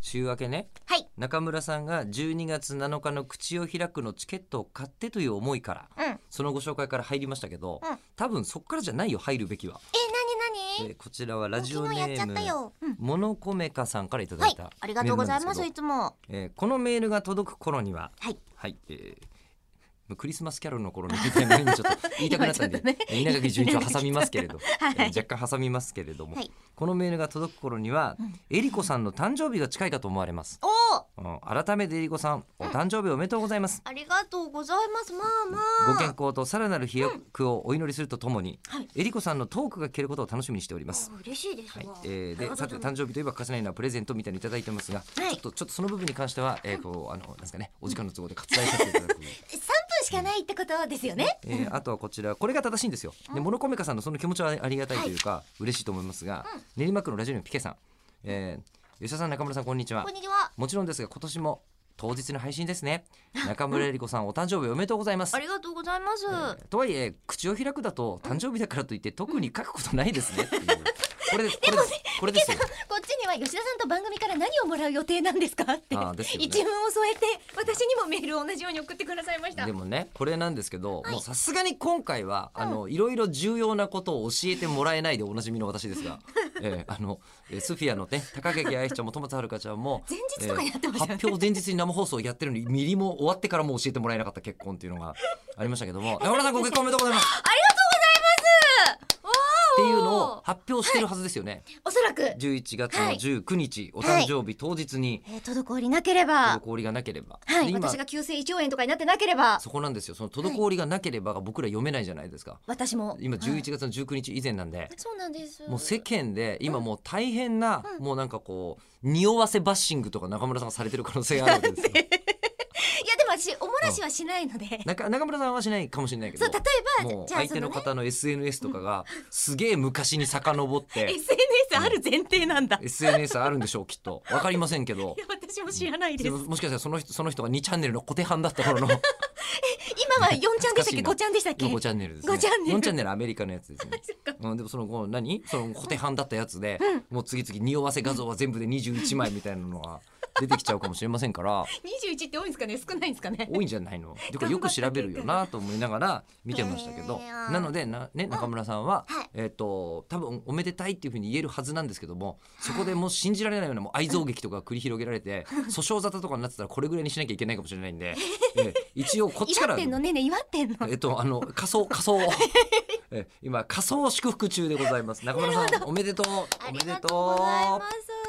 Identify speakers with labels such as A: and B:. A: 週明けね
B: はい
A: 中村さんが12月7日の口を開くのチケットを買ってという思いから、
B: うんえな
A: そのご紹介から入りましたけど、
B: うん
A: 多分そっからじゃないよ入るべきは、
B: になに
A: えーこちらはラジオ
B: 昨日
A: ネ
B: やっちゃった
A: ーム
B: よ、うん、
A: モノコメカさんからいただ
B: はいい
A: た、
B: ありがとうございます
A: メールなん
B: い
A: で
B: つも
A: けどえーこのメールが届く頃には
B: はい
A: はい、えークリスマスキャロルの頃に聞いた前にちょっと言いたくなったん で、
B: 今ちょっとね
A: 稲垣純一を挟みますけれど、
B: はい
A: えー若干挟みますけれども、
B: はい
A: このメールが届く頃には、
B: ん
A: えりこさんの誕生日が近いかと思われます。
B: おー
A: うん改めてえりこさん、お誕生日おめでとうございます。
B: ありがとうございますまあまあ
A: ご健康とさらなる飛躍をお祈りするとともに、
B: はい
A: えりこさんのトークが聞けることを楽しみにしております。
B: あ嬉しいです
A: はい
B: わ、
A: えーでさて
B: は
A: 誕生日といえば欠かせないのはプレゼントみたいにいただいてますが、
B: い
A: ちょっとちょっとその部分に関しては、えーこうあのなんですかねお時間の都合で割愛させていただく。
B: 3分しかないってことですよね、
A: えーあとはこちらこれが正しいんですよ、でモノコメカさんのその気持ちはありがたいというか、嬉しいと思いますが、練馬区のラジオのピケさん、えー吉田さん中村さんこんにちは
B: こんにちは
A: もちろんですが今年も当日の配信です ね中村えり子さんお誕生日おめでとうございます
B: ありがとうございます、
A: とはいえ口を開くだと誕生日だからといって特に書くことないですね っていうこれですこれですこれですよ
B: こっちには吉田さんと番組から何をもらう予定なんですかって、
A: あーですよね
B: 一文を添えて私にもメールを同じように送ってくださいました
A: でもねこれなんですけど、
B: はい
A: もうさすがに今回は、あのいろいろ重要なことを教えてもらえないでおなじみの私です が、えーあのえースフィアのね高垣愛ちゃんも友田遥ちゃんも
B: 前日とかやってましたよね
A: 発表前日に生放送やってるのにミリも終わってからも教えてもらえなかった結婚っていうのがありましたけども中村さんご結婚おめでとうござい ますっていうのを発表してるはずですよね、
B: おそらく、
A: 11月
B: は
A: の
B: い
A: 19日、お誕生日当日に
B: えー、滞りなければ
A: 滞りがなければ、
B: は
A: で
B: い
A: 今
B: 私が急性胃腸炎とかになってなければ
A: そこなんですよその滞りがなければが僕ら読めないじゃないですか
B: 私も
A: 今
B: はい
A: 11月の19日以前なんで、
B: そうなんです
A: もう世間で今もう大変な、もうなんかこう匂わせバッシングとか中村さんがされてる可能性があるわけ ですよ。
B: いやでも私おもらしはしないので、
A: 中中村さんはしないかもしれないけど
B: そう例えば
A: もう
B: じゃあ
A: 相
B: そ
A: 手
B: の
A: の
B: ね
A: 方の SNS とかがすげえ昔に遡って
B: SNS ある前提なんだ、い
A: SNS あるんでしょうきっとわかりませんけど
B: や私も知らないです
A: でももしかしたらその人その人が2チャンネルの小手半だった頃の
B: 今は四ちゃんで
A: 懐
B: したっけ
A: かしいな
B: 5ちゃんでしたっけ
A: 5チャンネルですね
B: 5チャンネル
A: 4チャンネルアメリカのやつですね
B: そっか
A: うん、でもその後何その小手半だったやつで、もう次々匂わせ画像は全部で21枚みたいなのが出てきちゃうかもしれません から
B: 21って多いんですかね少ないんですかね
A: 多いんじゃないのてかよく調べるよなと思いながら見てましたけど
B: えー
A: なのでな、ね、中村さんは、
B: はい
A: えっと多分おめでたいっていうふうに言えるはずなんですけどもそこでもう信じられないようなもう愛憎劇とか繰り広げられて訴訟沙汰とかになってたらこれぐらいにしなきゃいけないかもしれないん で、えー一応こっちか
B: 祝っ
A: ら
B: てんのねえねえ祝ってんの
A: えっとあの仮装仮 装え今仮装祝福中でございます中村さんおめでとうおめでとう
B: ありがとうございます